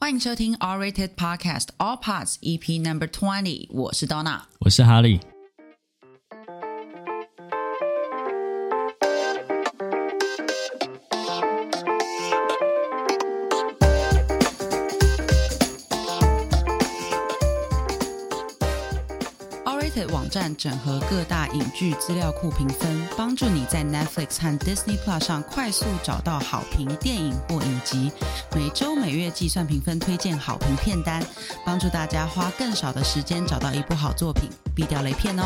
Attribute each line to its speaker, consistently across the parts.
Speaker 1: 欢迎收听 All Rated E Podcast All Parts EP Number Twenty，我是 Donna。
Speaker 2: 我是哈利。
Speaker 1: All Rated E 网站整合各大影剧资料库评分，帮助你在 Netflix 和 Disney Plus 上快速找到好评电影或影集。每周每月计算评分，推荐好评片单，帮助大家花更少的时间找到一部好作品，避掉雷片哦。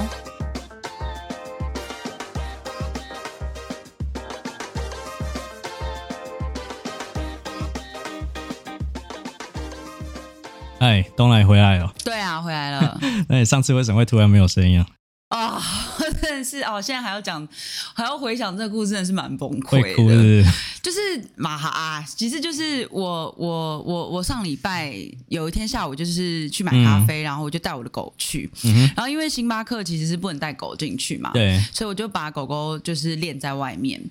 Speaker 2: 哎，东来回来了。
Speaker 1: 对啊，回来 了。
Speaker 2: 那你上次为什么会突然没有声音啊？
Speaker 1: 哦，真的是哦，现在还要讲，还要回想这个故事，真的是蛮崩溃的。
Speaker 2: 会哭是不是？
Speaker 1: 就是马哈啊，其实就是我我我我上礼拜有一天下午就是去买咖啡，然后我就带我的狗去，然后因为星巴克其实是不能带狗进去嘛，
Speaker 2: 对，哎
Speaker 1: 所以我就把狗狗就是练在外面。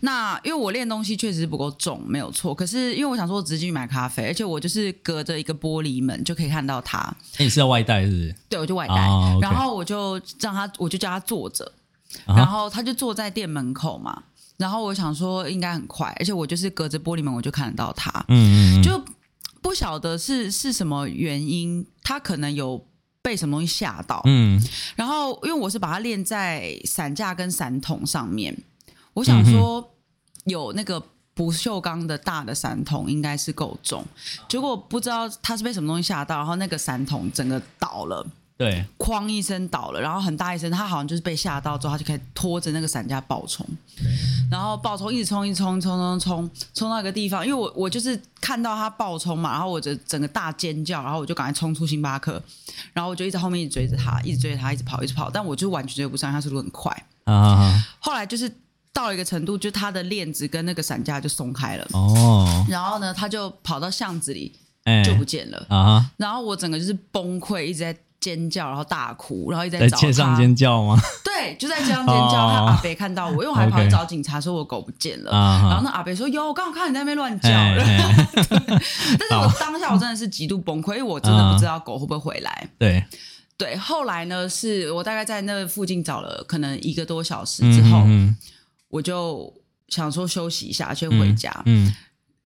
Speaker 1: 那因为我练东西确实是不够重，没有错。可是因为我想说，我直接去买咖啡，而且我就是隔着一个玻璃门就可以看到它，
Speaker 2: 哎你是要外带是不是？
Speaker 1: 对我就外带，
Speaker 2: 哦，OK
Speaker 1: 然后我就让他，我就叫他坐着，
Speaker 2: 啊
Speaker 1: 然后他就坐在店门口嘛。然后我想说应该很快，而且我就是隔着玻璃门我就看得到他，
Speaker 2: 嗯嗯嗯，
Speaker 1: 就不晓得是是什么原因，他可能有被什么东西吓到。
Speaker 2: 嗯，
Speaker 1: 然后因为我是把它练在伞架跟伞筒上面，我想
Speaker 2: 嗯
Speaker 1: 说有那个不锈钢的大的伞筒应该是够重，结果不知道他是被什么东西吓到，然后那个伞筒整个倒了。
Speaker 2: 对，
Speaker 1: 哐一声倒了，然后很大一声，他好像就是被吓到之后，他就开始拖着那个伞架暴冲，然后暴冲一直冲，一直冲，冲冲冲，冲到一个地方，因为我我就是看到他暴冲嘛，然后我就整个大尖叫，然后我就赶快冲出星巴克，然后我就一直后面一直追着他，一直追着他，一直跑，一直跑，但我就完全追不上，他速度很快。
Speaker 2: 啊啊啊，
Speaker 1: 后来就是到了一个程度，就他的链子跟那个伞架就松开了，
Speaker 2: 哦，
Speaker 1: 然后呢，他就跑到巷子里
Speaker 2: 哎，
Speaker 1: 就不见了。
Speaker 2: 啊哈，
Speaker 1: 然后我整个就是崩溃，一直在尖叫，然后大哭，然后一直
Speaker 2: 在
Speaker 1: 找他。
Speaker 2: 街上尖叫 吗？
Speaker 1: 对，就在街上尖叫，他
Speaker 2: 哦
Speaker 1: 阿北看到我，因为我还跑去
Speaker 2: OK
Speaker 1: 找警察说我狗不见了。
Speaker 2: 啊哈
Speaker 1: 然后那阿北说：“有，我刚好看你在那边乱叫。”
Speaker 2: 哎，哎
Speaker 1: 但是我当下我真的是极度崩溃，因为我真的不知道狗会不会回来。
Speaker 2: 对，
Speaker 1: 对，后来呢，是我大概在那附近找了可能一个多小时
Speaker 2: 嗯
Speaker 1: 之后，
Speaker 2: 嗯
Speaker 1: 我就想说休息一下，先
Speaker 2: 嗯
Speaker 1: 回家，
Speaker 2: 嗯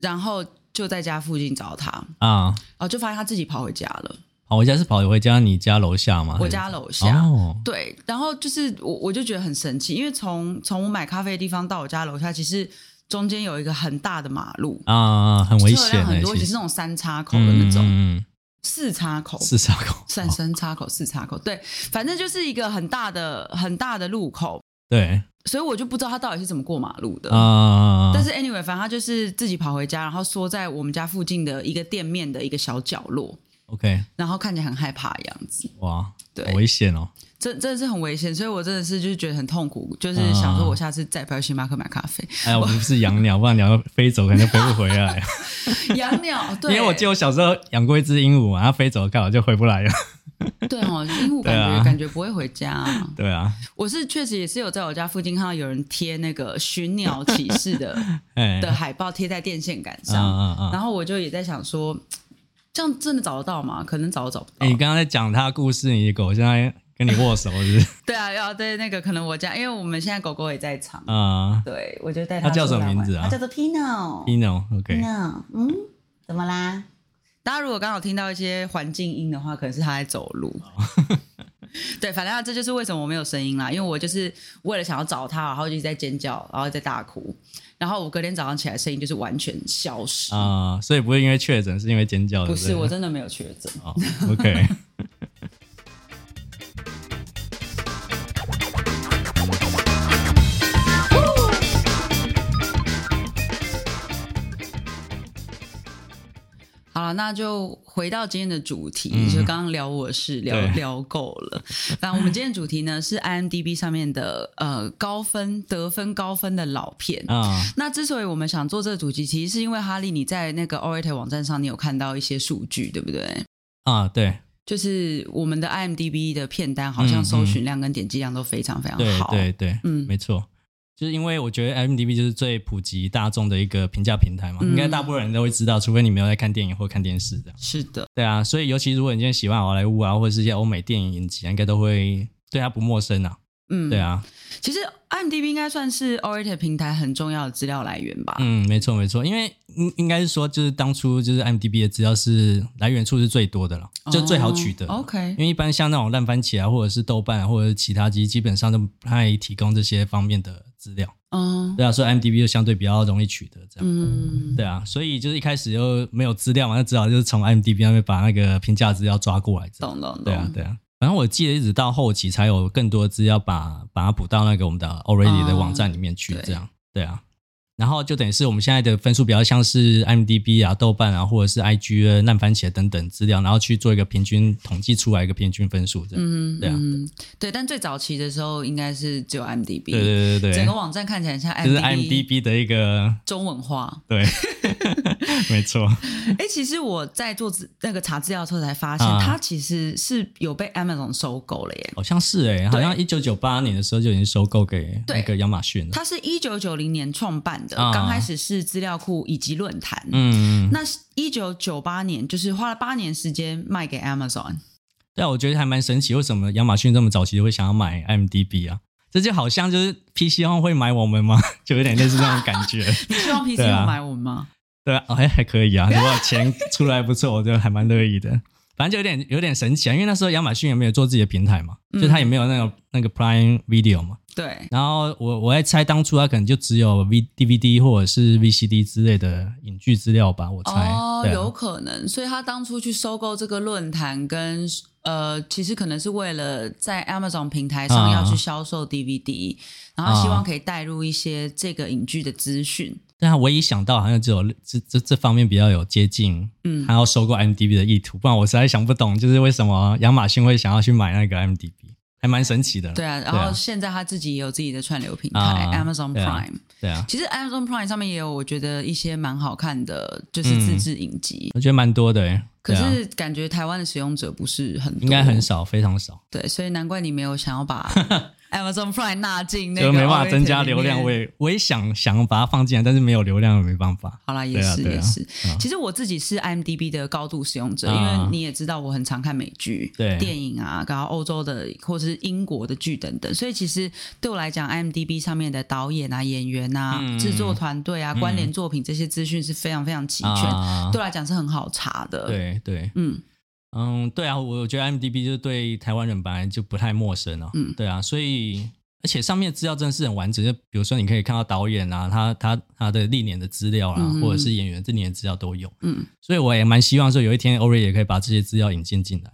Speaker 1: 然后就在家附近找他，
Speaker 2: 啊，
Speaker 1: 然后就发现他自己跑回家了，
Speaker 2: 跑回家是跑回家你家楼下吗？
Speaker 1: 我家楼下。
Speaker 2: 哎哦，
Speaker 1: 对，然后就是我我就觉得很神奇，因为从从我买咖啡的地方到我家楼下，其实中间有一个很大的马路，
Speaker 2: 啊啊，啊很危
Speaker 1: 车
Speaker 2: 险
Speaker 1: 辆
Speaker 2: 的，
Speaker 1: 很多，
Speaker 2: 其
Speaker 1: 而且
Speaker 2: 实
Speaker 1: 是那种三叉口的那种，
Speaker 2: 嗯，嗯嗯
Speaker 1: 四叉口。
Speaker 2: 四岔口，
Speaker 1: 算
Speaker 2: 哦
Speaker 1: 三叉口、四叉口，对，反正就是一个很大的、很大的路口，
Speaker 2: 对
Speaker 1: 所以我就不知道他到底是怎么过马路的。
Speaker 2: 啊啊，啊
Speaker 1: 但是 anyway，反正他就是自己跑回家，然后缩在我们家附近的一个店面的一个小角落，
Speaker 2: OK，
Speaker 1: 然后看起来很害怕的样子。
Speaker 2: 哇，
Speaker 1: 对
Speaker 2: 好危险哦，
Speaker 1: 真真的是很危险，所以我真的是就是觉得很痛苦，就是想
Speaker 2: 嗯
Speaker 1: 说我下次再不要去星巴克买咖啡。
Speaker 2: 哎，我们不是养鸟，不然鸟要飞走可能就飞不回来。
Speaker 1: 养 鸟，
Speaker 2: 因
Speaker 1: 对，
Speaker 2: 为我记得我小时候养过一只鹦鹉啊，它飞走了，刚好就回不来了。
Speaker 1: 对哦，鹦鹉感
Speaker 2: 对
Speaker 1: 觉、
Speaker 2: 啊
Speaker 1: 感觉不会回家、
Speaker 2: 对啊，
Speaker 1: 我是确实也是有在我家附近看到有人贴那个寻鸟启事的
Speaker 2: 哎，
Speaker 1: 的海报贴在电线杆
Speaker 2: 嗯
Speaker 1: 上，
Speaker 2: 嗯嗯。
Speaker 1: 然后我就也在想说，这样真的找得到吗？可能找都找不到。
Speaker 2: 哎你刚刚在讲它的故事，你的狗现在跟你握手是不 是？
Speaker 1: 对啊，要对那个可能我家，因为我们现在狗狗也在场，
Speaker 2: 啊
Speaker 1: 对我就带
Speaker 2: 它叫
Speaker 1: 出
Speaker 2: 什么
Speaker 1: 来
Speaker 2: 名
Speaker 1: 玩
Speaker 2: 字啊
Speaker 1: 它叫做 Pino。
Speaker 2: ，Pino，OK，
Speaker 1: Pino，嗯，怎么啦？大家如果刚好听到一些环境音的话，可能是它在走 路。对，反正这就是为什么我没有声音啦，因为我就是为了想要找它，然后就一直在尖叫，然后在大哭，然后我隔天早上起来声音就是完全消失。
Speaker 2: 啊，所以不会因为确诊，是因为尖叫，
Speaker 1: 不是，
Speaker 2: 对
Speaker 1: 我
Speaker 2: 对
Speaker 1: 真的没有确诊。
Speaker 2: 哦，OK，
Speaker 1: 好了，那就回到今天的主题，
Speaker 2: 嗯
Speaker 1: 就刚刚聊我是聊
Speaker 2: 对
Speaker 1: 聊够了。那我们今天的主题呢是 IMDB 上面的呃高分得分高分的老片。
Speaker 2: 啊，
Speaker 1: 那之所以我们想做这个主题，其实是因为哈利你在那个 Orator 网站上，你有看到一些数据，对不对？
Speaker 2: 啊，对
Speaker 1: 就是我 E 们的 IMDB 的片单好像
Speaker 2: 嗯
Speaker 1: 搜寻量跟点击量都非常非常
Speaker 2: 对
Speaker 1: 好。
Speaker 2: 对对，
Speaker 1: 嗯
Speaker 2: 没错。就是因为我觉得 IMDB 就是最普及大众的一个评价平台嘛，
Speaker 1: 嗯
Speaker 2: 应该大部分人都会知道，除非你没有在看电影或看电视这样。
Speaker 1: 是的，
Speaker 2: 对啊，所以尤其如果你今天喜欢好莱坞啊，或者是一些欧美电影影集啊，应该都会对它不陌生啊。
Speaker 1: 嗯，
Speaker 2: 对。啊，
Speaker 1: 其实 IMDB E 应该算是 Orator 平台很重要的资料来源吧。
Speaker 2: 嗯，没错没错，因为应应该是说，就是当初就是 IMDB 的资料是来源处是最多的了，嗯就最好取得。
Speaker 1: 哦 OK，
Speaker 2: 因为一般像那种烂番茄啊，或者是豆瓣、啊，或者是其他机，基本上都不太提供这些方面的资料。
Speaker 1: 嗯
Speaker 2: 对啊，所以 IMDB 就相对比较容易取得这样。
Speaker 1: 嗯，
Speaker 2: 对啊，所以就是一开始就没有资料嘛，那只好就是从 IMDB 那边把那个评价资料抓过来这样。
Speaker 1: 懂懂
Speaker 2: 对啊，
Speaker 1: 懂。
Speaker 2: 对啊。然后我记得一直到后期才有更多资料把把它补到那个我们的 Already 的网站里面去
Speaker 1: 哦，对
Speaker 2: 这样。对啊。然后就等于是我们现在的分数比较像是 IMDB 啊、豆瓣啊，或者是 IG 啊、烂番茄等等资料，然后去做一个平均统计出来一个平均分数这样。
Speaker 1: 嗯，
Speaker 2: 对啊
Speaker 1: 嗯，对，但最早期的时候应该是只有 IMDB，
Speaker 2: 对对对对
Speaker 1: E 整个
Speaker 2: 对，
Speaker 1: 网站看起来像
Speaker 2: 就是
Speaker 1: IMDB
Speaker 2: IMDB 的一个
Speaker 1: E 中文化。
Speaker 2: 对，没错。
Speaker 1: 哎，其实我在做资那个查资料的时候才发现，
Speaker 2: 啊
Speaker 1: 它其实是有被 Amazon 收购了耶。
Speaker 2: 好像是哎、好像一九九八年的时候就已经收购给
Speaker 1: 对
Speaker 2: 那个亚马逊了。
Speaker 1: 它是一九九零年创办的，
Speaker 2: 啊
Speaker 1: 刚开始是资料库以及论坛。
Speaker 2: 嗯，
Speaker 1: 那一九九八年就是花了八年时间卖给 Amazon，
Speaker 2: 对啊，我觉得还蛮神奇，为什么亚马逊这么早期就会想要买 IMDB 啊？这就好像就是 PC Home 会买我们吗？ 就有点类似那种感觉。
Speaker 1: 你希望 PC
Speaker 2: 对啊
Speaker 1: 有买我们吗？
Speaker 2: 对啊，哦还、还可以啊，如果钱出来不错，我就还蛮乐意的。反正就有点有点神奇啊，因为那时候亚马逊也没有做自己的平台嘛，就
Speaker 1: 嗯
Speaker 2: 它也没有那种那个 Prime Video 嘛。
Speaker 1: 对，
Speaker 2: 然后我我在猜，当初它可能就只有 V DVD 或者是 VCD 之类的影剧资料吧，我猜。
Speaker 1: 哦，
Speaker 2: 对啊
Speaker 1: 有可能，所以他当初去收购这个论坛跟。呃，其实可能是为了在 Amazon 平台上
Speaker 2: 啊
Speaker 1: 要去销售 DVD，、然后希望
Speaker 2: 啊
Speaker 1: 可以带入一些这个影剧的资讯。
Speaker 2: 但他唯一想到好像只有这这这方面比较有接近，
Speaker 1: 嗯
Speaker 2: 他要收购 MDB 的意图，不然我实在想不懂，就是为什么亚马逊会想要去买那个 MDB，还蛮神奇的。
Speaker 1: 对啊，然
Speaker 2: 对啊
Speaker 1: 后现在他自己也有自己的串流平台、
Speaker 2: 啊
Speaker 1: Amazon
Speaker 2: 对啊
Speaker 1: Prime，、
Speaker 2: 对啊，
Speaker 1: 其实 Amazon Prime 上面也有我觉得一些蛮好看的，就是自制影集。
Speaker 2: 我觉得蛮多的欸，
Speaker 1: 可
Speaker 2: 对啊，
Speaker 1: 是感觉台湾的使用者不是很多，
Speaker 2: 应该很少，非常少，
Speaker 1: 对，所以难怪你没有想要 把 Amazon Prime 纳进那个，
Speaker 2: 就没办法增加流量。我。也我也想想把它放进来，但是没有流量也没办法。
Speaker 1: 好啦，也
Speaker 2: 对啊
Speaker 1: 是、
Speaker 2: 对啊
Speaker 1: 也是。
Speaker 2: 啊
Speaker 1: 其实我自己是 IMDB 的高度使用者，
Speaker 2: 啊
Speaker 1: 因为你也知道我很常看美剧、
Speaker 2: 对
Speaker 1: 电影啊，然后欧洲的或是英国的剧等等，所以其实对我来讲，IMDB 上面的导演啊、演员啊、
Speaker 2: 嗯
Speaker 1: 制作团队啊、关联作品这些资讯是非常非常齐全，
Speaker 2: 啊
Speaker 1: 对我来讲是很好查的。，
Speaker 2: 对对，
Speaker 1: 嗯，
Speaker 2: 嗯，对啊，我我觉得 MDB 就是对台湾人本来就不太陌生啊，
Speaker 1: 嗯
Speaker 2: 对啊，所以而且上面的资料真的是很完整，就比如说你可以看到导演啊，他他他的历年的资料啊，
Speaker 1: 嗯
Speaker 2: 或者是演员这年的资料都有，
Speaker 1: 嗯，
Speaker 2: 所以我也蛮希望说有一天欧瑞也可以把这些资料引进进来，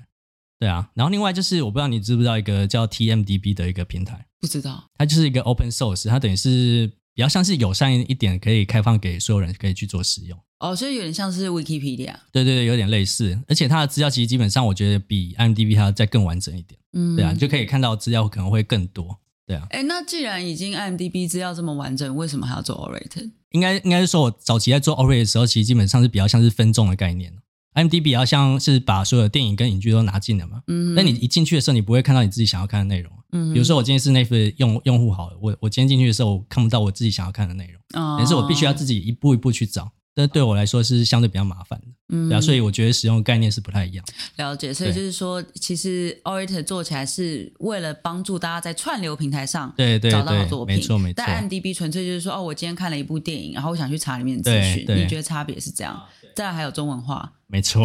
Speaker 2: 对啊，然后另外就是我不知道你知不知道一个叫 TMDB 的一个平台，
Speaker 1: 不知道。
Speaker 2: 它就是一个 open source，它等于是比较像是友善一点，可以开放给所有人可以去做使用。
Speaker 1: 哦，所以有点像是 Wikipedia，
Speaker 2: 对对对，有点类似，而且它的资料其实基本上我觉得比 IMDB 它再更完整一点，
Speaker 1: 嗯，
Speaker 2: 对啊，你就可以看到资料可能会更多，对啊，
Speaker 1: 哎，那既然已经 IMDB 资料这么完整，为什么还要做 Orated？
Speaker 2: 应该应该是说我早期在做 Ori 的时候，其实基本上是比较像是分众的概念，IMDB 比较像是把所有的电影跟影剧都拿进来嘛，
Speaker 1: 嗯，
Speaker 2: 但你一进去的时候，你不会看到你自己想要看的内容，
Speaker 1: 嗯，
Speaker 2: 比如说我今天是那份用用户好了，我我今天进去的时候，我看不到我自己想要看的内容，
Speaker 1: 哦，
Speaker 2: 但是我必须要自己一步一步去找，这对我来说是相对比较麻烦的，
Speaker 1: 嗯
Speaker 2: 对啊，所以我觉得使用概念是不太一样。
Speaker 1: 了解，所以
Speaker 2: 对
Speaker 1: 就是说，其实 Orator 做起来是为了帮助大家在串流平台上
Speaker 2: 对对
Speaker 1: 找到好
Speaker 2: 对
Speaker 1: 作，品，
Speaker 2: 没错没错。
Speaker 1: 但 IMDB 纯粹就是说，哦，我今天看了一部电影，然后我想去查里面的资
Speaker 2: 对
Speaker 1: 讯，
Speaker 2: 对啊
Speaker 1: 你觉得差别是这样？再来还有中文化，
Speaker 2: 没 错，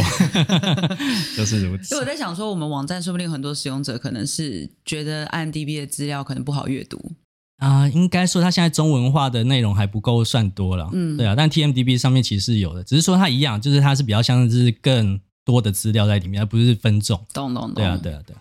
Speaker 2: 就是如
Speaker 1: 因为我
Speaker 2: 此。
Speaker 1: 在想说，我们网站说不定很多使用者可能是觉得 IMDB 的资料可能不好阅读，
Speaker 2: 啊、应该说它现在中文化的内容还不够算多了，
Speaker 1: 嗯
Speaker 2: 嗯，对啊，但 TMDB 上面其实是有的，只是说它一样，就是它是比较像是更多的资料在里面，而不是分众。
Speaker 1: 懂懂懂？
Speaker 2: 对啊，对啊，对啊。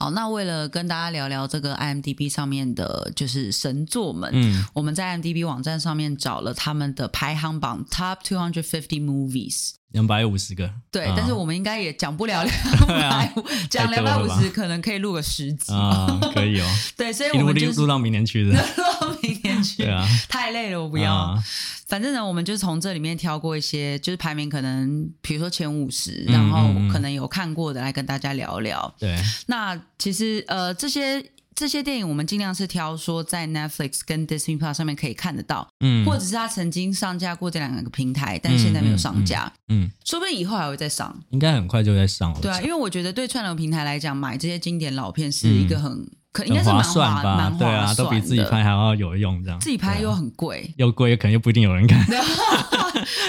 Speaker 1: 好，那为了跟大家聊聊这个 IMDB 上面的，就是神作们，
Speaker 2: 嗯
Speaker 1: 我们在 IMDB 网站上面找了他们的排行榜 Top 250 Movies。
Speaker 2: 两百五十个，
Speaker 1: 对，
Speaker 2: 啊
Speaker 1: 但是我们应该也讲不 了两百五，讲
Speaker 2: 太
Speaker 1: 两
Speaker 2: 多
Speaker 1: 百
Speaker 2: 了
Speaker 1: 五
Speaker 2: 吧
Speaker 1: 十可能可以录个十集。
Speaker 2: 啊，可以哦，
Speaker 1: 对，所以
Speaker 2: 一
Speaker 1: 我
Speaker 2: 路
Speaker 1: 们就
Speaker 2: 录
Speaker 1: 是
Speaker 2: 录到明年去的，
Speaker 1: 到明年进去，
Speaker 2: 对啊，
Speaker 1: 太累了，我不要。
Speaker 2: 啊
Speaker 1: 反正呢，我们就是从这里面挑过一些，就是排名可能，比如说前五十，
Speaker 2: 嗯
Speaker 1: 然后
Speaker 2: 嗯嗯
Speaker 1: 可能有看过的来跟大家聊聊。
Speaker 2: 对，
Speaker 1: 那其实呃，这些这些电影我们尽量是挑说在 Netflix 跟 Disney Plus 上面可以看得到，
Speaker 2: 嗯，
Speaker 1: 或者是它曾经上架过这两个平台，但是现在没有上架，
Speaker 2: 嗯，
Speaker 1: 说不定以后还会再上。
Speaker 2: 应该很快就在上了，
Speaker 1: 对啊，因为我觉得对串流平台来讲，买这些经典老片是一个很、可应该
Speaker 2: 嗯很
Speaker 1: 是蛮
Speaker 2: 划
Speaker 1: 划
Speaker 2: 算吧
Speaker 1: 蛮？划
Speaker 2: 对
Speaker 1: 算的，
Speaker 2: 啊，都比自己拍还要有用，这样
Speaker 1: 自己拍
Speaker 2: 对啊
Speaker 1: 又很贵，
Speaker 2: 又贵，可能又不一定有人看，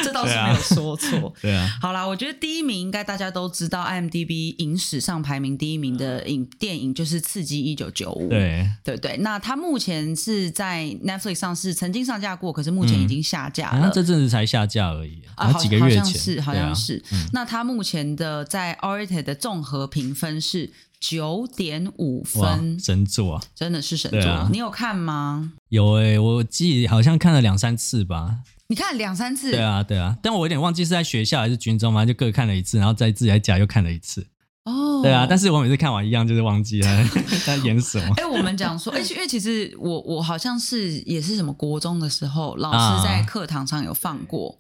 Speaker 1: 这倒是
Speaker 2: 对啊
Speaker 1: 没有说错。
Speaker 2: 对啊，
Speaker 1: 好啦，我觉得第一名应该大家都知道，IMDB 影史上排名第一名的影电影就是《刺激一九九五》，
Speaker 2: 对，
Speaker 1: 对不对？那它目前是在 Netflix 上是曾经上架过，可是目前
Speaker 2: 嗯
Speaker 1: 已经下架
Speaker 2: 好
Speaker 1: 了。
Speaker 2: 像这阵子才下架而已，
Speaker 1: 呃啊，
Speaker 2: 然
Speaker 1: 好
Speaker 2: 后几个月
Speaker 1: 好像是，
Speaker 2: 前，
Speaker 1: 好
Speaker 2: 对
Speaker 1: 像
Speaker 2: 啊，
Speaker 1: 是。那它目前的在 Orated 的综合评分是九点五
Speaker 2: 哇
Speaker 1: 分，，
Speaker 2: 神作啊！
Speaker 1: 真的是神
Speaker 2: 对
Speaker 1: 作。
Speaker 2: 啊
Speaker 1: 你有看吗？
Speaker 2: 有诶、我记好像看了两三次吧。
Speaker 1: 你看两三次，
Speaker 2: 对啊，对啊，但我有点忘记是在学校还是军中嘛，就各看了一次，然后在自己在家又看了一次。
Speaker 1: 哦，
Speaker 2: 对啊，但是我每次看完一样就是忘记了 在演什 么。
Speaker 1: 哎、我们讲 说，哎、因为其实我我好像是也是什么国中的时
Speaker 2: 啊
Speaker 1: 候，老师在课堂上有放过，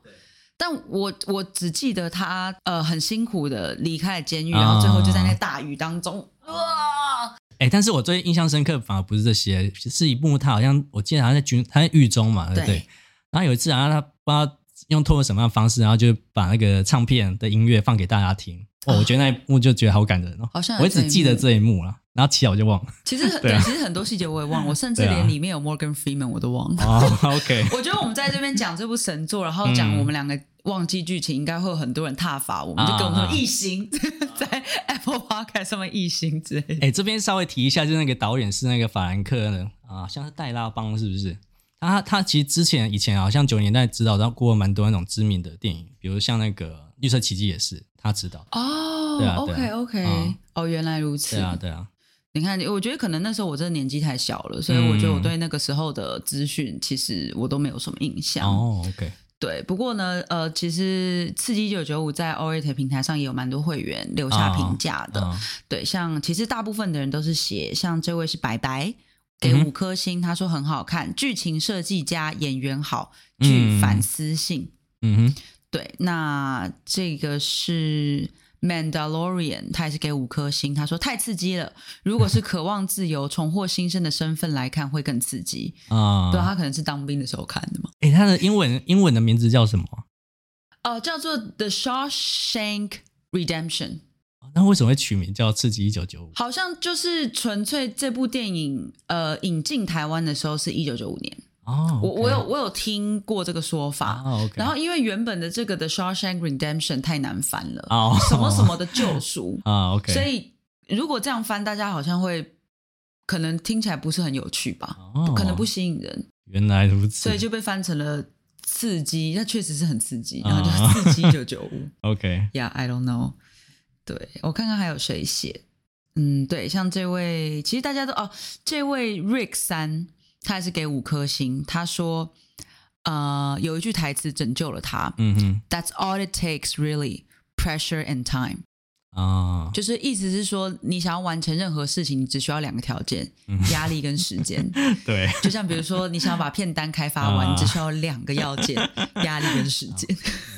Speaker 1: 但我我只记得他呃很辛苦的离开了监狱，
Speaker 2: 啊
Speaker 1: 然后最后就在那大雨当中，哇，
Speaker 2: 哎、但是我最印象深刻反而不是这些，是一幕他好像我记得好像在军他在狱中嘛，呃对不对？
Speaker 1: 对
Speaker 2: 然后有一次，然啊后他不知道用透过什么样的方式，然后就把那个唱片的音乐放给大家听。哦，我觉得那一幕就觉得好感人哦，
Speaker 1: 好像有
Speaker 2: 我只记得
Speaker 1: 这
Speaker 2: 这一幕了，然后其他我 就忘了。
Speaker 1: 其实很
Speaker 2: 对啊
Speaker 1: 其实很多细节我也忘了，我甚至
Speaker 2: 对啊
Speaker 1: 连里面有 Morgan Freeman 我都忘了。
Speaker 2: 哦，OK，
Speaker 1: 我觉得我们在这边讲这部神作，然后
Speaker 2: 嗯
Speaker 1: 讲我们两个忘记剧情，应该会有很多人挞伐我们，就跟我们
Speaker 2: 啊
Speaker 1: 说一星 在 Apple Podcast 上面一星之类的。
Speaker 2: 哎、这边稍微提一下，就是那个导演是那个法兰克的啊，像是戴拉邦是不是？他他其实之前以前好像九十年代指导到过蛮多那种知名的电影，比如像那个《绿色奇迹》也是他指导。对
Speaker 1: 哦
Speaker 2: 啊对
Speaker 1: ，OK
Speaker 2: 啊
Speaker 1: OK，
Speaker 2: 嗯
Speaker 1: 哦，原来如此。
Speaker 2: 对啊，对啊，
Speaker 1: 你看，我觉得可能那时候我真的年纪太小了，所以我觉得我
Speaker 2: 嗯
Speaker 1: 对那个时候的资讯其实我都没有什么印象。
Speaker 2: 哦，OK，
Speaker 1: 对，不过呢，呃，其实刺激九九五在 Orate 平台上也有蛮多会员留下评价的。
Speaker 2: 嗯
Speaker 1: 对，像其实大部分的人都是写，像这位是白白。给
Speaker 2: 嗯哼
Speaker 1: 五颗星，他说很好看，剧情设计加演员好，
Speaker 2: 嗯
Speaker 1: 具反思性。
Speaker 2: 嗯
Speaker 1: 对，那这个是《Mandalorian》，他也是给五颗星。他说太刺激了，如果是渴望自由、重获新生的身份来看，会更刺激。
Speaker 2: 哼啊，
Speaker 1: 对，他可能是当兵的时候看的嘛。
Speaker 2: 哎、他的英文英文的名字叫什么？
Speaker 1: 哦、叫做《The Shawshank Redemption》，
Speaker 2: 那为什么会取名叫《刺激一九九五》？
Speaker 1: 好像就是纯粹这部电影呃引进台湾的时候是一九九五年。
Speaker 2: 哦，
Speaker 1: 我我有我有听过这个说法。
Speaker 2: 啊，OK，
Speaker 1: 然后，因为原本的这个《The Shawshank Redemption》太难翻了，
Speaker 2: 哦
Speaker 1: 什么什么的救赎，
Speaker 2: 啊，OK，
Speaker 1: 所以如果这样翻，大家好像会可能听起来不是很有趣吧，
Speaker 2: 哦
Speaker 1: 可能不吸引人，
Speaker 2: 原来如此，
Speaker 1: 所以就被翻成了刺激。那确实是很刺激，
Speaker 2: 啊
Speaker 1: 然后就 刺激九九五
Speaker 2: OK，
Speaker 1: 呀，I don't know。对我看看还有谁写，嗯，对，像这位，其实大家都哦，这位 Rick 三，他还是给五颗星，他说。呃，有一句台词拯救了他。
Speaker 2: 嗯哼
Speaker 1: That's all it takes, really, pressure and time.
Speaker 2: 啊，
Speaker 1: 就是意思是说，你想要完成任何事情，你只需要两个条件：
Speaker 2: 嗯
Speaker 1: 压力跟时间。
Speaker 2: 对，
Speaker 1: 就像比如说，你想要把片单开发完，
Speaker 2: 啊
Speaker 1: 你只需要两个要件：压力跟时 间。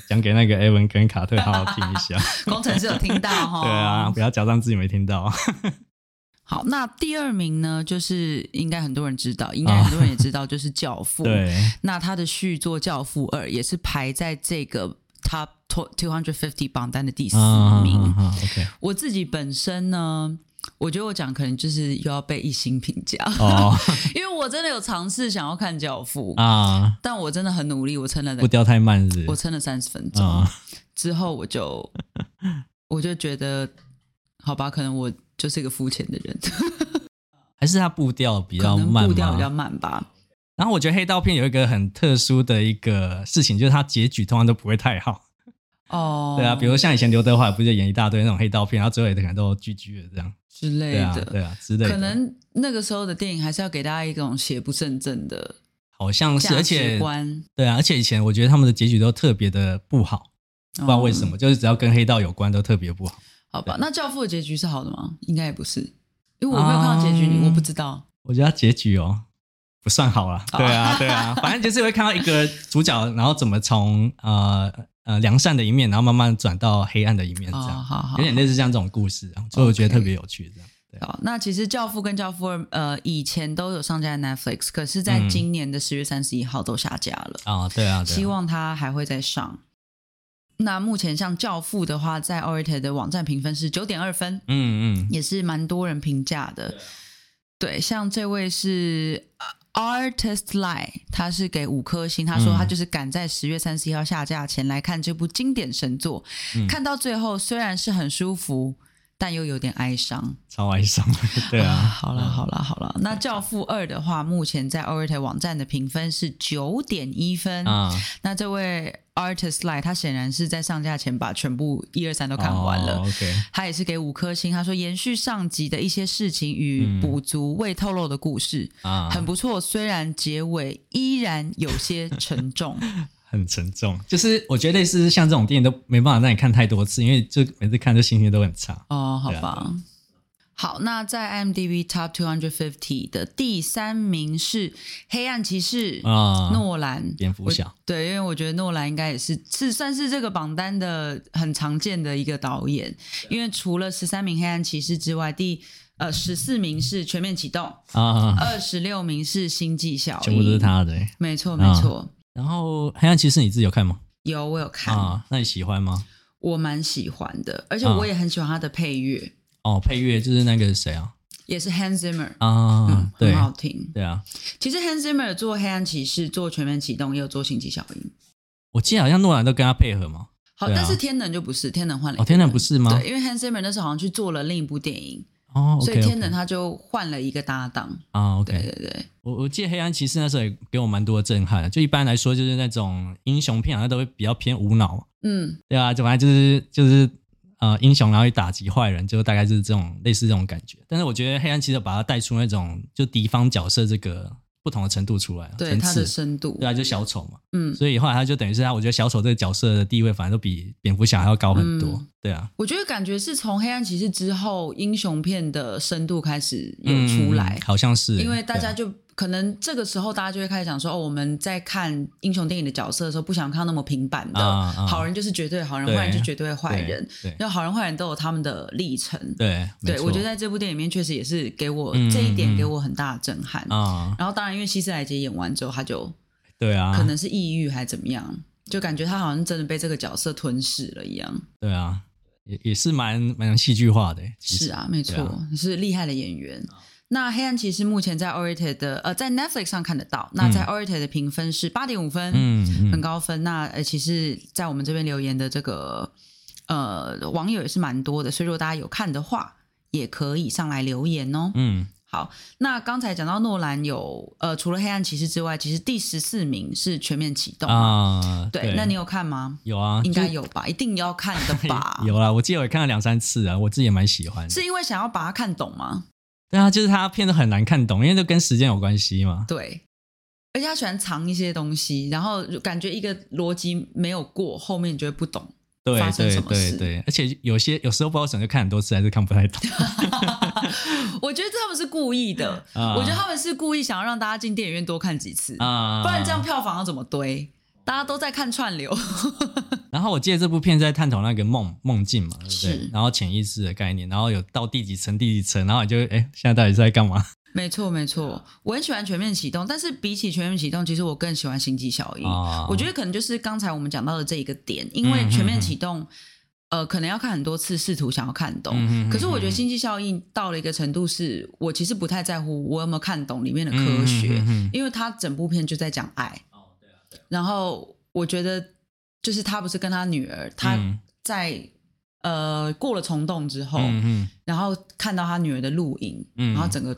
Speaker 2: 讲给那个 Evan 跟卡特好好听一 下。
Speaker 1: 工程师有听到哈？
Speaker 2: 对啊，。不要假装自己没听到。啊
Speaker 1: 好，那第二名呢，就是应该很多人知道，应该很多人也知道，就是《教父》。。
Speaker 2: 哦对，
Speaker 1: 那他的续作《教父二》也是排在这个 Top Two Hundred Fifty 榜单的第四
Speaker 2: 啊
Speaker 1: 名。
Speaker 2: ，OK，
Speaker 1: 我自己本身呢，我觉得我讲可能就是又要被一星评价，
Speaker 2: 哦
Speaker 1: 因为我真的有尝试想要看《教父》
Speaker 2: 啊，
Speaker 1: 但我真的很努力，我撑了
Speaker 2: 步调太慢是不
Speaker 1: 我
Speaker 2: 是？
Speaker 1: 撑了三十分钟、
Speaker 2: 啊，
Speaker 1: 之后，我 就我就觉得，好吧，可能我就是一个肤浅的人，
Speaker 2: 还是他步调比
Speaker 1: 可
Speaker 2: 较
Speaker 1: 能
Speaker 2: 慢啊
Speaker 1: 步调比较
Speaker 2: 嘛。
Speaker 1: 慢吧。
Speaker 2: 然后我觉得黑道片有一个很特殊的一个事情，就是它结局通常都不会太好。
Speaker 1: 哦，
Speaker 2: 对啊，比如像以前刘德华不就演一大堆那种黑道片，然后最后也可能都 GG 了这样。
Speaker 1: 之类
Speaker 2: 对啊，
Speaker 1: 的，
Speaker 2: 对啊，之类的。
Speaker 1: 可能那个时候的电影还是要给大家一种邪不胜正的
Speaker 2: 好像是，
Speaker 1: 价
Speaker 2: 而且
Speaker 1: 值观，
Speaker 2: 对啊，而且以前我觉得他们的结局都特别的不好，
Speaker 1: 不
Speaker 2: 不知道为什
Speaker 1: 嗯
Speaker 2: 么，就是只要跟黑道有关都特别不好。
Speaker 1: 哦好吧，那《教父》的结局是好的吗？应该也不是，因为我没有看到结局，
Speaker 2: 嗯
Speaker 1: 我不知道。
Speaker 2: 我觉得他结局哦，不算好了。对啊，对啊，反正就是会看到一个主角，然后怎么从呃呃良善的一面，然后慢慢转到黑暗的一面，这
Speaker 1: 哦
Speaker 2: 样
Speaker 1: 好好
Speaker 2: 有点类似像这种故事啊，所以我觉得
Speaker 1: OK
Speaker 2: 特别有趣。这样对
Speaker 1: 好，那其实《教父》跟《教父二》呃以前都有上架在 Netflix，可是在
Speaker 2: 嗯
Speaker 1: 今年的十月三十一号都下架了。
Speaker 2: 啊，对啊，对
Speaker 1: 希
Speaker 2: 啊，
Speaker 1: 望它还会再上。那目前像《教父》的话，在 Orator 的网站评分是九点二分，
Speaker 2: 嗯嗯，
Speaker 1: 也是蛮多人评价的。对，像这位是呃 Artist Lie，他是给五颗星，他说
Speaker 2: 嗯
Speaker 1: 他就是赶在十月三十一号下架前来看这部经典神作，
Speaker 2: 嗯
Speaker 1: 看到最后虽然是很舒服，但又有点哀伤。
Speaker 2: 超哀伤，对
Speaker 1: 啊
Speaker 2: 啊，
Speaker 1: 好了好了好了，那《教父二》的话，目前在 Orator 网站的评分是九点一分。
Speaker 2: 啊，
Speaker 1: 那这位 Artist Lie，他显然是在上架前把全部一二三都看完了。
Speaker 2: 哦，OK，
Speaker 1: 他也是给五颗星，他说延续上集的一些事情与补足未透露的故事，
Speaker 2: 嗯啊，
Speaker 1: 很不错。虽然结尾依然有些沉 重，
Speaker 2: 很沉重，就是我觉得类似像这种电影都没办法让你看太多次，因为就每次看就心情都很差。
Speaker 1: 哦，好
Speaker 2: 对啊
Speaker 1: 吧。好，那在 IMDb Top 250的第三名是《黑暗骑士》
Speaker 2: 啊
Speaker 1: 诺兰。
Speaker 2: 蝙蝠侠，
Speaker 1: 对，因为我觉得诺兰应该也是是算是这个榜单的很常见的一个导演，因为除了十三名《黑暗骑士》之外，第呃十四名是《全面启动》，
Speaker 2: 啊，
Speaker 1: 二十六名是《星际效应》，
Speaker 2: 全部都是。他的欸。
Speaker 1: 没错，没
Speaker 2: 啊
Speaker 1: 错，
Speaker 2: 然后《黑暗骑士》你自己有看吗？
Speaker 1: 有我有看，
Speaker 2: 啊，那你喜欢吗？
Speaker 1: 我蛮喜欢的，而且
Speaker 2: 啊
Speaker 1: 我也很喜欢他的配乐，
Speaker 2: 哦，配乐就是那个谁啊？
Speaker 1: 也是 Hans Zimmer，、
Speaker 2: 啊，对
Speaker 1: 嗯很好听。
Speaker 2: 对啊，
Speaker 1: 其实 Hans Zimmer 做《黑暗骑士》、做《全面启动》，也有做《星际效应》。
Speaker 2: 我记得好像诺兰都跟他配合嘛。
Speaker 1: 好，
Speaker 2: 对啊
Speaker 1: 但是天能就不是，天能换了一个
Speaker 2: 哦，
Speaker 1: 人。
Speaker 2: 天能不是吗？
Speaker 1: 对，因为 Hans Zimmer 那时候好像去做了另一部电影，
Speaker 2: 哦
Speaker 1: 所以
Speaker 2: ，OK，
Speaker 1: 天能他就换了一个搭档。
Speaker 2: 啊
Speaker 1: 对
Speaker 2: ，OK。
Speaker 1: 对对，
Speaker 2: 我我记得《黑暗骑士》那时候也给我蛮多的震撼的。啊就一般来说，就是那种英雄片，好像都会比较偏无脑嘛，
Speaker 1: 嗯，
Speaker 2: 对啊，就反正就是就是呃英雄，然后去打击坏人，就大概就是这种类似这种感觉。但是我觉得黑暗骑士把它带出那种就敌方角色这个不同的程度出来，啊
Speaker 1: 对
Speaker 2: 层
Speaker 1: 他的
Speaker 2: 次，
Speaker 1: 深度
Speaker 2: 对，啊，就小丑嘛，
Speaker 1: 嗯，
Speaker 2: 所以后来他就等于是他，我觉得小丑这个角色的地位反正都比蝙蝠侠还要高很多，
Speaker 1: 嗯
Speaker 2: 对啊，
Speaker 1: 我觉得感觉是从《黑暗骑士》之后，英雄片的深度开始有出来
Speaker 2: 嗯，好像是
Speaker 1: 因为大
Speaker 2: 对
Speaker 1: 家
Speaker 2: 啊
Speaker 1: 就可能这个时候大家就会开始想说，哦，我们在看英雄电影的角色的时候，不想看到那么平板的，
Speaker 2: 啊啊
Speaker 1: 好人就是绝对好人，
Speaker 2: 对
Speaker 1: 坏人就绝对坏人，
Speaker 2: 对对
Speaker 1: 那好人坏人都有他们的历程。
Speaker 2: 对，没
Speaker 1: 对，
Speaker 2: 错
Speaker 1: 我觉得在这部电影里面确实也是给我、
Speaker 2: 嗯
Speaker 1: 这一
Speaker 2: 嗯
Speaker 1: 点
Speaker 2: 嗯
Speaker 1: 给我很大的震撼。
Speaker 2: 啊，
Speaker 1: 然后当然，因为希斯莱杰演完之后，他就
Speaker 2: 对啊，
Speaker 1: 可能是抑郁还怎么样，就感觉他好像真的被这个角色吞噬了一样。
Speaker 2: 对啊，也也是蛮蛮戏剧化的，欸其实
Speaker 1: 是啊，没
Speaker 2: 对
Speaker 1: 错
Speaker 2: 啊，
Speaker 1: 是厉害的演员。那《黑暗骑士》目前在 Orator 的呃，在 Netflix 上看得到。那在 Orator 的评分是八点五分，
Speaker 2: 嗯
Speaker 1: 很
Speaker 2: 嗯
Speaker 1: 高分。那呃，其实，在我们这边留言的这个呃网友也是蛮多的，所以如果大家有看的话，也可以上来留言哦。
Speaker 2: 嗯，
Speaker 1: 好，那刚才讲到诺兰有呃，除了《黑暗骑士》之外，其实第十四名是《全面启动》
Speaker 2: 啊，
Speaker 1: 对，那你有看吗？
Speaker 2: 有啊，
Speaker 1: 应
Speaker 2: 就
Speaker 1: 该有吧，一定要看的吧。
Speaker 2: 有啦，我记得我也看了两三次啊，我自己也蛮喜欢的。
Speaker 1: 是因为想要把它看懂吗？
Speaker 2: 对啊，就是他片子很难看懂，因为就跟时间有关系嘛。
Speaker 1: 对，而且他喜欢藏一些东西，然后感觉一个逻辑没有过，后面你就会不懂。
Speaker 2: 对
Speaker 1: 发生
Speaker 2: 对
Speaker 1: 什么
Speaker 2: 对
Speaker 1: 事
Speaker 2: 对，而且有些有时候不知道怎么就看很多次，还是看不太懂。
Speaker 1: 我觉得他们是故意的，
Speaker 2: 啊
Speaker 1: 我觉得他们是故意想要让大家进电影院多看几次，
Speaker 2: 啊，
Speaker 1: 不然这样。票房要怎么堆？大家都在看串流，
Speaker 2: 然后我记得这部片在探讨那个梦梦境嘛，对不
Speaker 1: 是
Speaker 2: 对？然后潜意识的概念，然后有到第几层第几层，然后你就哎，现在到底是在干嘛？
Speaker 1: 没错没错。我很喜欢《全面启动》，但是比起《全面启动》，其实我更喜欢《星际效应》
Speaker 2: 啊
Speaker 1: 我觉得可能就是刚才我们讲到的这一个点，因为
Speaker 2: 嗯
Speaker 1: 全面
Speaker 2: 嗯
Speaker 1: 启动，呃，可能要看很多次，试图想要看懂。
Speaker 2: 嗯嗯嗯
Speaker 1: 可是我觉得星际效应到了一个程度是，我其实不太在乎我有没有看懂里面的科学，
Speaker 2: 嗯嗯嗯嗯哦啊
Speaker 1: 因为它整部片就在讲爱。然后我觉得，就是他不是跟他女儿，他
Speaker 2: 嗯
Speaker 1: 在、呃过了虫洞之后，
Speaker 2: 嗯
Speaker 1: 然后看到他女儿的录影，
Speaker 2: 嗯
Speaker 1: 然后整个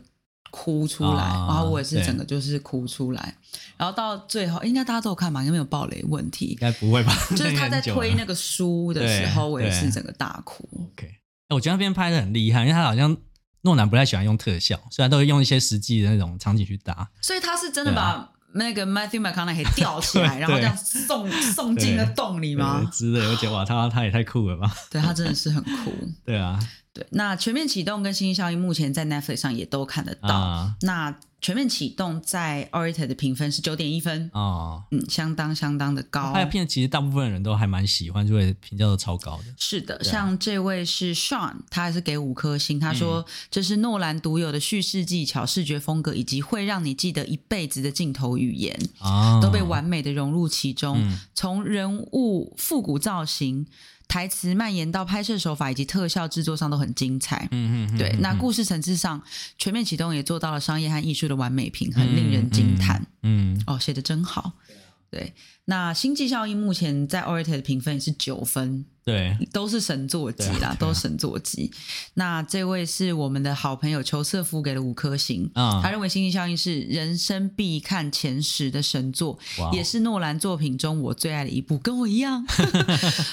Speaker 1: 哭出来，
Speaker 2: 啊
Speaker 1: 然后我也是
Speaker 2: 对
Speaker 1: 整个就是哭出来，然后到最后应该大家都有看吧，应该没有暴雷问题
Speaker 2: 应。该不会吧？
Speaker 1: 就是他在推那
Speaker 2: 个。
Speaker 1: 个书的时候，
Speaker 2: 对
Speaker 1: 我也是
Speaker 2: 对
Speaker 1: 整个大哭。
Speaker 2: OK，哎我觉得那边拍的很厉害，因为他好像诺兰不太喜欢用特效，虽然都会用一些实际的那种场景去搭。
Speaker 1: 所以他是真的
Speaker 2: 对
Speaker 1: 把
Speaker 2: 啊
Speaker 1: 那个 Matthew McConaughey 吊起来，
Speaker 2: 对
Speaker 1: 然后这样送送进了洞里
Speaker 2: 对
Speaker 1: 吗？
Speaker 2: 之类，我觉得哇，他他也太酷了吧？
Speaker 1: 对他真的是很酷。
Speaker 2: 对啊，
Speaker 1: 对，那《全面启动》跟《星星效应》目前在 Netflix 上也都看得到。
Speaker 2: 啊
Speaker 1: 那《全面启动》在 Orator 的评分是九点一分，
Speaker 2: 哦，
Speaker 1: 嗯，相当相当的高
Speaker 2: 他。的片其实大部分人都还蛮喜欢，就会评价都超高的。
Speaker 1: 是的，
Speaker 2: 对啊
Speaker 1: 像这位是 Sean，他还是给五颗星。他
Speaker 2: 嗯
Speaker 1: 说这是诺兰独有的叙事技巧、视觉风格，以及会让你记得一辈子的镜头语言。
Speaker 2: 啊，
Speaker 1: 都被完美的融入其中，
Speaker 2: 嗯
Speaker 1: 从人物复古造型、台词蔓延到拍摄手法以及特效制作上都很精彩。
Speaker 2: 嗯，嗯嗯嗯，
Speaker 1: 对，
Speaker 2: 嗯
Speaker 1: 那故事层次上，全面启动也做到了商业和艺术的完美平衡，令人惊叹。。
Speaker 2: 嗯，嗯
Speaker 1: 哦，写的真好。对，那《星际效应》目前在 Orator 的评分也是九分，
Speaker 2: 对，
Speaker 1: 都是神作级
Speaker 2: 对啊对
Speaker 1: 啦，
Speaker 2: 啊
Speaker 1: 都是神作级。那这位是我们的好朋友裘瑟夫给了五颗星，
Speaker 2: 啊
Speaker 1: 他认为《星际效应》是人生必看前十的神作，
Speaker 2: 哇哦
Speaker 1: 也是诺兰作品中我最爱的一部，跟我一 样。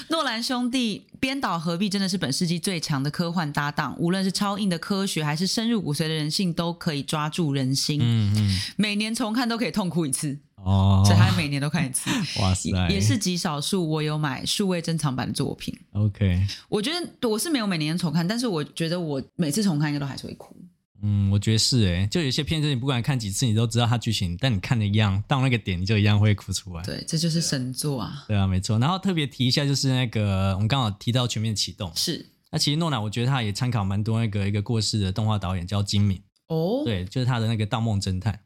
Speaker 1: 诺兰兄弟编导何必真的是本世纪最强的科幻搭档，无论是超硬的科学，还是深入骨髓的人性，都可以抓住人心。
Speaker 2: 嗯嗯，
Speaker 1: 每年重看都可以痛哭一次，
Speaker 2: 哦，
Speaker 1: 所以他每年都看 一次，
Speaker 2: 哇塞，
Speaker 1: 也也是极少数我有买数位珍藏版的作品。
Speaker 2: OK。
Speaker 1: 我觉得我是没有每年重看，但是我觉得我每次重看应该都还是会哭。
Speaker 2: 嗯，我觉得是诶、就有些片子你不管看几次，你都知道它剧情，但你看的一样，到那个点你就一样会哭出来。
Speaker 1: 对，这就是神作啊！
Speaker 2: 对啊，没错。然后特别提一下，就是那个我们刚好提到全面启动，
Speaker 1: 是
Speaker 2: 那其实诺兰我觉得他也参考蛮多那个一个过世的动画导演叫金敏，
Speaker 1: 哦，
Speaker 2: 对，就是他的那个《盗梦侦探》，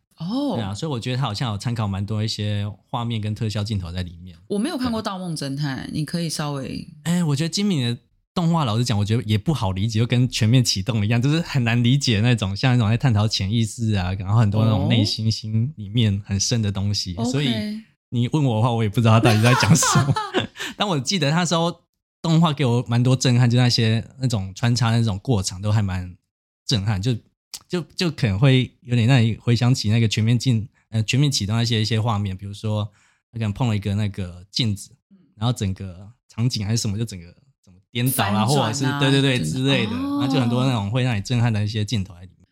Speaker 2: 对啊，
Speaker 1: 哦，
Speaker 2: 所以我觉得他好像有参考蛮多一些画面跟特效镜头在里面。
Speaker 1: 我没有看过《盗梦侦探》，你可以稍微
Speaker 2: 哎，我觉得金敏的动画，老实讲，我觉得也不好理解，就跟《全面启动》一样，就是很难理解那种，像那种在探讨潜意识啊，然后很多那种内心心里面很深的东西。啊所以
Speaker 1: OK
Speaker 2: 你问我的话，我也不知道他到底在讲什么。但我记得那时候动画给我蛮多震撼，就那些那种穿插那种过场都还蛮震撼，就就就可能会有点让你回想起那个全面进呃全面启动那些一些画面，比如说他可能碰了一个那个镜子，然后整个场景还是什么就整个怎么颠倒啦、
Speaker 1: 翻
Speaker 2: 或
Speaker 1: 转啊
Speaker 2: 者是对对对
Speaker 1: 真的
Speaker 2: 之类的，
Speaker 1: 哦
Speaker 2: 那就很多那种会让你震撼的一些镜头在里面。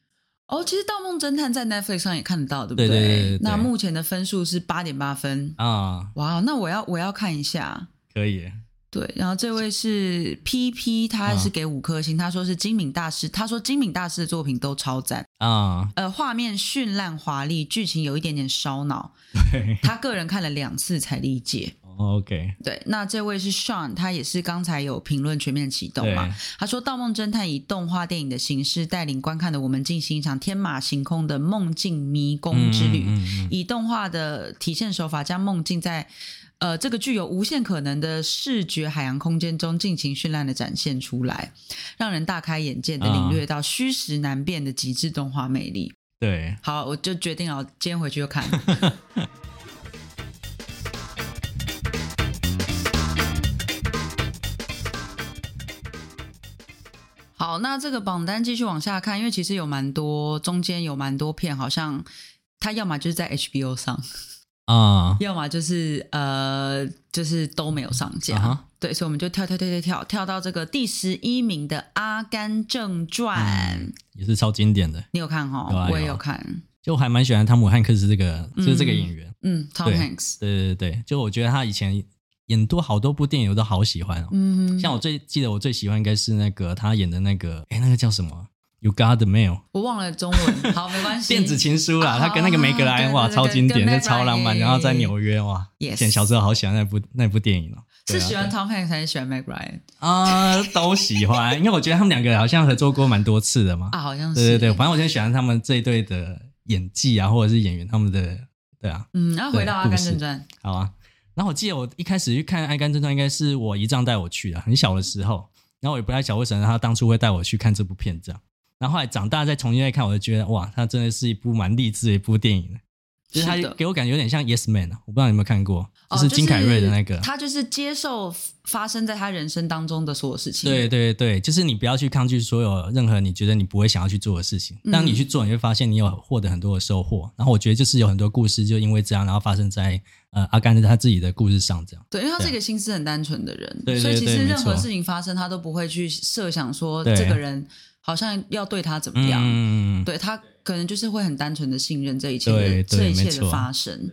Speaker 1: 哦，其实《盗梦侦探》在 Netflix 上也看得到，对不
Speaker 2: 对对对对对
Speaker 1: 那目前的分数是八点八分。
Speaker 2: 啊，
Speaker 1: 哇，那我要我要看一下。
Speaker 2: 可以
Speaker 1: 对，然后这位是 P P，他是给五颗星，他说是金敏大师，他说金敏大师的作品都超赞，
Speaker 2: 啊，
Speaker 1: 呃，画面绚烂华丽，剧情有一点点烧脑，
Speaker 2: 对
Speaker 1: 他个人看了两次才理解。
Speaker 2: 哦，OK，
Speaker 1: 对，那这位是 Sean，他也是刚才有评论全面启动
Speaker 2: 对，
Speaker 1: 嘛，他说《盗梦侦探》以动画电影的形式带领观看的我们进行一场天马行空的梦境迷宫之旅，
Speaker 2: 嗯嗯嗯
Speaker 1: 以动画的体现手法将梦境在。呃，这个具有无限可能的视觉海洋空间中尽情绚烂的展现出来，让人大开眼界的
Speaker 2: 嗯
Speaker 1: 领略到虚实难辨的极致动画魅力。
Speaker 2: 对。
Speaker 1: 好，我就决定了，我今天回去就看。好，那这个榜单继续往下看，因为其实有蛮多，中间有蛮多片，好像它要么就是在 HBO 上，
Speaker 2: 啊
Speaker 1: 要么就是呃，就是都没有上架。
Speaker 2: 啊哈
Speaker 1: 对，所以我们就跳跳跳跳跳跳到这个第十一名的《阿甘正传》
Speaker 2: 嗯也是超经典的，
Speaker 1: 你有看哈、
Speaker 2: 有啊
Speaker 1: 我也
Speaker 2: 有啊
Speaker 1: 有看。
Speaker 2: 就我还蛮喜欢汤姆汉克斯这个，就是这个
Speaker 1: 嗯
Speaker 2: 演员。
Speaker 1: 嗯，Tom
Speaker 2: 对
Speaker 1: Hanks。
Speaker 2: 对对对，就我觉得他以前演多好多部电影，我都好喜欢哦。
Speaker 1: 嗯哼，
Speaker 2: 像我最记得我最喜欢应该是那个他演的那个，哎，那个叫什么？You Got the Mail，
Speaker 1: 我忘了中文，好，没关系。
Speaker 2: 电子情书啦，
Speaker 1: 啊
Speaker 2: 他跟那个梅格莱恩
Speaker 1: 对
Speaker 2: 哇，
Speaker 1: 对对
Speaker 2: 超经典，
Speaker 1: 跟
Speaker 2: 就
Speaker 1: Meg
Speaker 2: 超浪漫。
Speaker 1: Ryan
Speaker 2: 然后在纽约哇，以
Speaker 1: Yes
Speaker 2: 前小时候好喜欢那部那部电影哦。对
Speaker 1: 是
Speaker 2: 啊
Speaker 1: 喜欢 Tom Hanks 还是喜欢 Meg Ryan
Speaker 2: 啊，都喜欢，因为我觉得他们两个好像合作过蛮多次的嘛。
Speaker 1: 啊？好像是。
Speaker 2: 对对对，反正我就喜欢他们这一对的演技啊，或者是演员他们的，对啊，
Speaker 1: 嗯，然后回到《阿甘
Speaker 2: 对故事
Speaker 1: 正传
Speaker 2: 好啊。然后我记得我一开始去看《爱甘正传》，应该是我姨丈带我去的，啊很小的时候。然后我也不太晓得为什么他当初会带我去看这部片这样。然后后来长大再重新再看，我就觉得哇，它真的是一部蛮励志的一部电影。就是它
Speaker 1: 是的
Speaker 2: 给我感觉有点像《Yes Man》啊，我不知道你有没有看过，》，
Speaker 1: 哦
Speaker 2: 是金凯瑞的那个。
Speaker 1: 他就是接受发生在他人生当中的所有事情。
Speaker 2: 对对对，就是你不要去抗拒所有任何你觉得你不会想要去做的事
Speaker 1: 嗯
Speaker 2: 情。当你去做，你会发现你有获得很多的收获。然后我觉得就是有很多故事就因为这样，然后发生在呃阿甘他自己的故事上这样。
Speaker 1: 对，因为他是一个心思很单纯的人，
Speaker 2: 对对
Speaker 1: 所以其
Speaker 2: 对
Speaker 1: 实
Speaker 2: 没
Speaker 1: 任何
Speaker 2: 错
Speaker 1: 事情发生，他都不会去设想说
Speaker 2: 对
Speaker 1: 这个人好像要对他怎么样。
Speaker 2: 嗯，
Speaker 1: 对他可能就是会很单纯的信任这一切
Speaker 2: 对
Speaker 1: 的
Speaker 2: 对
Speaker 1: 这一
Speaker 2: 没
Speaker 1: 切的
Speaker 2: 错
Speaker 1: 发生。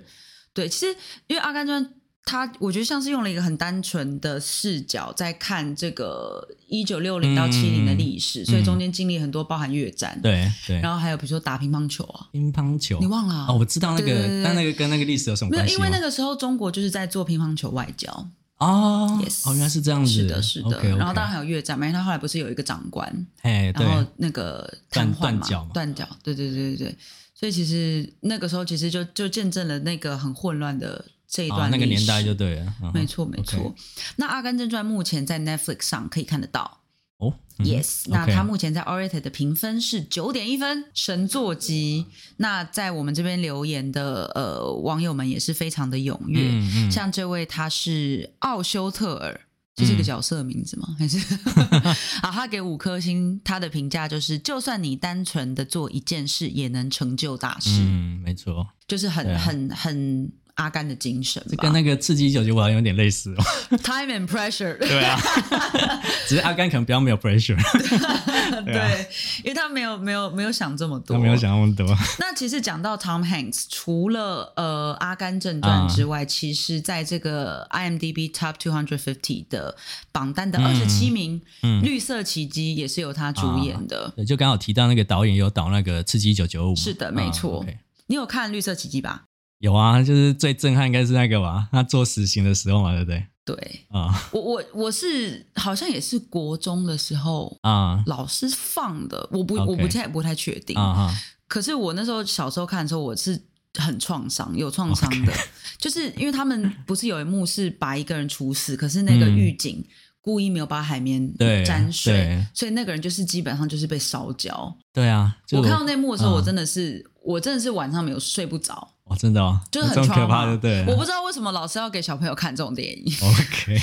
Speaker 1: 对，其实因为《阿甘正传》他我觉得像是用了一个很单纯的视角在看这个一九六零到七零的历史，所以中间经历很多包含越战，，
Speaker 2: 嗯对对，
Speaker 1: 然后还有比如说打乒乓球啊，
Speaker 2: 乒乓球
Speaker 1: 你忘了啊
Speaker 2: 哦，我知道那
Speaker 1: 对对对
Speaker 2: 个，
Speaker 1: 对
Speaker 2: 但那个跟那个历史有什么
Speaker 1: 没有，
Speaker 2: 关系
Speaker 1: 因
Speaker 2: 吗？
Speaker 1: 为那个时候中国就是在做乒乓球外交，
Speaker 2: 哦
Speaker 1: Yes
Speaker 2: 哦，原来是这样子，
Speaker 1: 是的，是的。
Speaker 2: OK，OK
Speaker 1: 然后当然还有越战嘛，因为他后来不是有一个长官，
Speaker 2: 哎，
Speaker 1: 然后
Speaker 2: 对，
Speaker 1: 那个
Speaker 2: 断
Speaker 1: 瘫痪
Speaker 2: 断脚嘛
Speaker 1: 断脚，对对对对对。所以其实那个时候其实就就见证了那个很混乱的这一
Speaker 2: 啊，
Speaker 1: 段、
Speaker 2: 那个年代就。对了，嗯
Speaker 1: 没错，没错。那《阿甘正传》目前在 Netflix 上可以看得到、
Speaker 2: 哦
Speaker 1: y e s 那
Speaker 2: OK
Speaker 1: 它目前在 Orated 的评分是九点一分，神作级。那在我们这边留言的呃网友们也是非常的踊跃，
Speaker 2: 嗯嗯，
Speaker 1: 像这位他是奥修特尔，这是一个角色的名字吗？
Speaker 2: 嗯
Speaker 1: 还是 啊？他给五颗星，他的评价就是：就算你单纯的做一件事，也能成就大事，
Speaker 2: 嗯，没错，
Speaker 1: 就是很、
Speaker 2: 对啊
Speaker 1: 很很阿甘的精神
Speaker 2: 这 跟
Speaker 1: 吧。
Speaker 2: 那个《刺激一九九五》好像有点类似哦。
Speaker 1: Time and pressure，
Speaker 2: 对 啊，只是阿甘可能比较没有 pressure，
Speaker 1: 对,、因为他没有没有没有想这么多，
Speaker 2: 他没有想那么多。
Speaker 1: 那其实讲到 Tom Hanks，除了呃《阿甘正传》之
Speaker 2: 啊
Speaker 1: 外，其实在这个 IMDb Top 250的榜单的
Speaker 2: 嗯
Speaker 1: 二十七名，绿色奇迹》也是由他主演的。
Speaker 2: 对，就刚好提到那个导演有导那个《刺激一九九五》嘛，
Speaker 1: 是的没
Speaker 2: 嗯
Speaker 1: 错
Speaker 2: OK
Speaker 1: 你有看《绿色奇迹》吧？
Speaker 2: 有啊，就是最震撼应该是那个吧，他做死刑的时候嘛，对不对？
Speaker 1: 对
Speaker 2: 啊
Speaker 1: 我我我是好像也是国中的时候。
Speaker 2: 啊
Speaker 1: 老师放的，我不
Speaker 2: OK
Speaker 1: 我不太不太确定。
Speaker 2: 啊啊！
Speaker 1: 可是我那时候小时候看的时候，我是很创伤，有创伤 的就是因为他们不是有一幕是把一个人处死，可是那个
Speaker 2: 嗯
Speaker 1: 狱警故意没有把海绵
Speaker 2: 对
Speaker 1: 沾水
Speaker 2: 对，
Speaker 1: 所以那个人就是基本上就是被烧焦。
Speaker 2: 对啊，就
Speaker 1: 我看到那幕的时候，
Speaker 2: 嗯
Speaker 1: 我真的是、我真的是晚上没有睡不着，
Speaker 2: 哦，真的哦，
Speaker 1: 就是
Speaker 2: 这
Speaker 1: 很
Speaker 2: 么可
Speaker 1: trauma
Speaker 2: 怕，对不对了？啊
Speaker 1: 我不知道为什么老师要给小朋友看这种电 影
Speaker 2: OK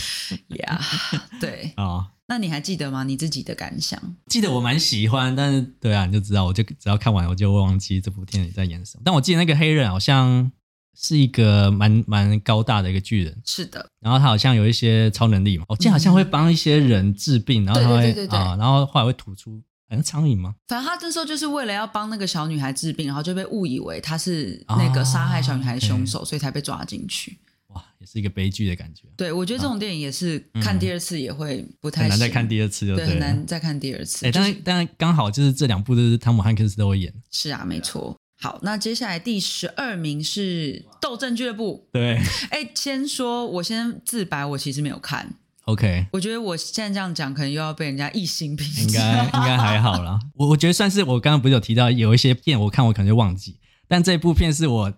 Speaker 1: 呀。 对，
Speaker 2: 啊。
Speaker 1: 那你还记得吗？你自己的感想？
Speaker 2: 记得我蛮喜欢，但是对啊，你就知道，我就只要看完我就会忘记这部电影在演什么。但我记得那个黑人好像是一个蛮蛮高大的一个巨人，
Speaker 1: 是的，
Speaker 2: 然后他好像有一些超能力嘛，我记得好像会帮一些人治病，然后他会
Speaker 1: 对对对对对
Speaker 2: 啊，然后后来会吐出好像苍蝇吗？
Speaker 1: 反正他那时候就是为了要帮那个小女孩治病，然后就被误以为他是那个杀害小女孩的凶手，所以才被抓进去。
Speaker 2: 哇，也是一个悲剧的感觉，
Speaker 1: 对，我觉得这种电影也是、
Speaker 2: 嗯
Speaker 1: 看第二次也会不太
Speaker 2: 很难再
Speaker 1: 行
Speaker 2: 看第二次就
Speaker 1: 对，
Speaker 2: 了
Speaker 1: 很难再看第二次。
Speaker 2: 哎，
Speaker 1: 就
Speaker 2: 但
Speaker 1: 是
Speaker 2: 是但是刚好就是这两部都是汤姆汉克斯都会演，
Speaker 1: 是啊，没错。好，那接下来第十二名是《斗阵俱乐部
Speaker 2: 对》。
Speaker 1: 哎，先说，我先自白，我其实没有看。
Speaker 2: ，OK，
Speaker 1: 我觉得我现在这样讲，可能又要被人家一星评
Speaker 2: 应该
Speaker 1: 价。
Speaker 2: 应该还好啦。我我觉得算是我刚刚不是有提到有一些片我看我可能就忘记，但这部片是我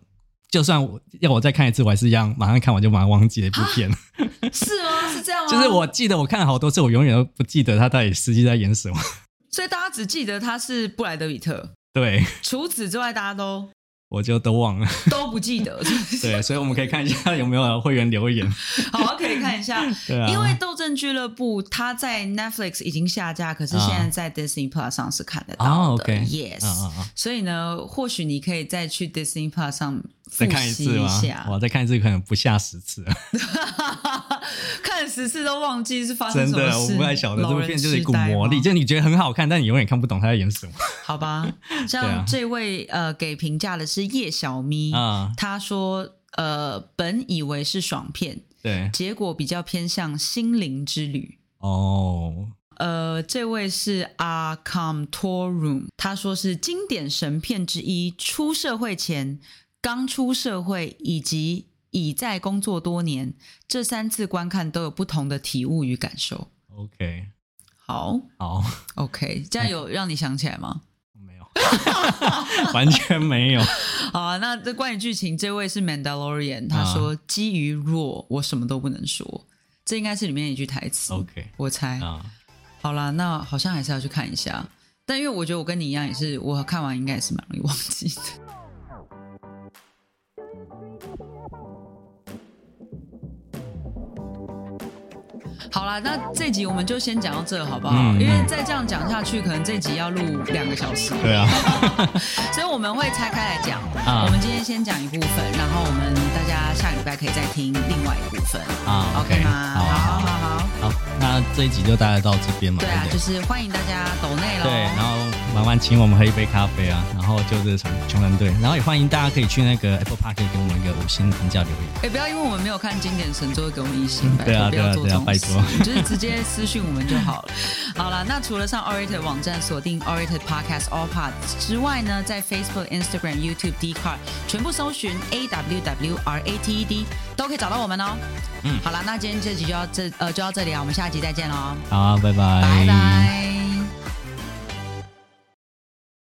Speaker 2: 就算我要我再看一次，我还是一样马上看完就马上忘记的一部
Speaker 1: 啊
Speaker 2: 片。
Speaker 1: 是吗？是这样吗？
Speaker 2: 就是，我记得我看了好多次，我永远都不记得他到底实际在演什么。
Speaker 1: 所以大家只记得他是布莱德比特，
Speaker 2: 对，
Speaker 1: 除此之外，大家都
Speaker 2: 我就都忘了。
Speaker 1: 都不记得。
Speaker 2: 对，所以我们可以看一下有没有会员 留言。
Speaker 1: 好，可以看一下。
Speaker 2: 对啊，
Speaker 1: 因为《斗阵俱乐部》它在 Netflix 已经下架，可是现在在 Disney Plus 上是看得
Speaker 2: 啊
Speaker 1: 到的。
Speaker 2: ，OK，
Speaker 1: Yes，、
Speaker 2: 嗯嗯嗯
Speaker 1: 所以呢，或许你可以再去 Disney Plus 上
Speaker 2: 再
Speaker 1: 复
Speaker 2: 看一
Speaker 1: 习
Speaker 2: 次吗？
Speaker 1: 下。啊
Speaker 2: 哇，再看一次可能不下十次 了。
Speaker 1: 看了十次都忘记是发生
Speaker 2: 真
Speaker 1: 什么
Speaker 2: 的，我
Speaker 1: 事。
Speaker 2: 不太晓得这
Speaker 1: 老
Speaker 2: 部
Speaker 1: 人
Speaker 2: 片就是一股
Speaker 1: 痴呆吗
Speaker 2: 魔力，就你觉得很好看，但你永远看不懂他在演 什么。
Speaker 1: 好 吧。
Speaker 2: 对啊
Speaker 1: 像这位、呃给评价的是叶小咪，
Speaker 2: 啊，
Speaker 1: 他说呃本以为是爽片，
Speaker 2: 对，
Speaker 1: 结果比较偏向心灵之旅。
Speaker 2: 哦，
Speaker 1: 呃，这位是 a c o m Torum，他说是经典神片之一，出社会前、刚出社会以及已在工作多年，这三次观看都有不同的体悟与感受。
Speaker 2: OK，
Speaker 1: 好
Speaker 2: 好，
Speaker 1: ，OK，这样有让你想起来吗？
Speaker 2: 没有， 完全没 有。
Speaker 1: 好啊，那这关于剧情，这位是 Mandalorian，他说、
Speaker 2: 啊
Speaker 1: 基于弱，我什么都不能说，这应该是里面一句台词。
Speaker 2: OK，
Speaker 1: 我猜。
Speaker 2: 啊，
Speaker 1: 好啦，那好像还是要去看一下。但因为我觉得我跟你一样，也是我看完应该也是蛮容易忘记的。 好啦，那这集我们就先讲到这好不好？
Speaker 2: 嗯嗯
Speaker 1: 因为再这样讲下去，可能这集要录两个小时，
Speaker 2: 对啊，
Speaker 1: 所以我们会拆开来讲。
Speaker 2: 啊
Speaker 1: 我们今天先讲一部分，然后我们大家下礼拜可以再听另外一部分、
Speaker 2: 啊
Speaker 1: o k 吗？
Speaker 2: 好啊，
Speaker 1: 好
Speaker 2: 好
Speaker 1: 好好，
Speaker 2: 啊，好，那这一集就大概到这边嘛。
Speaker 1: 对啊，
Speaker 2: 不
Speaker 1: 就是欢迎大家抖内喽。
Speaker 2: 对，然后晚晚请我们喝一杯咖啡啊，然后就是穷穷人队，然后也欢迎大家可以去那个 Apple Park 给我们一个五星评价留言。
Speaker 1: 哎、不要因为我们没有看经典神作，给我们一星，拜
Speaker 2: 对
Speaker 1: 托、
Speaker 2: 啊
Speaker 1: 不要做
Speaker 2: 对
Speaker 1: 这
Speaker 2: 啊
Speaker 1: 种
Speaker 2: 对啊
Speaker 1: 事，就是直接私讯我们就好了。好了，那除了上 Orated 网站锁定 Orated Podcast All Pod 之外呢，在 Facebook、Instagram、YouTube、d c a r d 全部搜寻 A W W R A T E D 都可以找到我们哦。嗯，好了，那今天这集就要这呃就到这里啊，我们下集再见喽，
Speaker 2: 好啊，拜拜，
Speaker 1: 拜拜。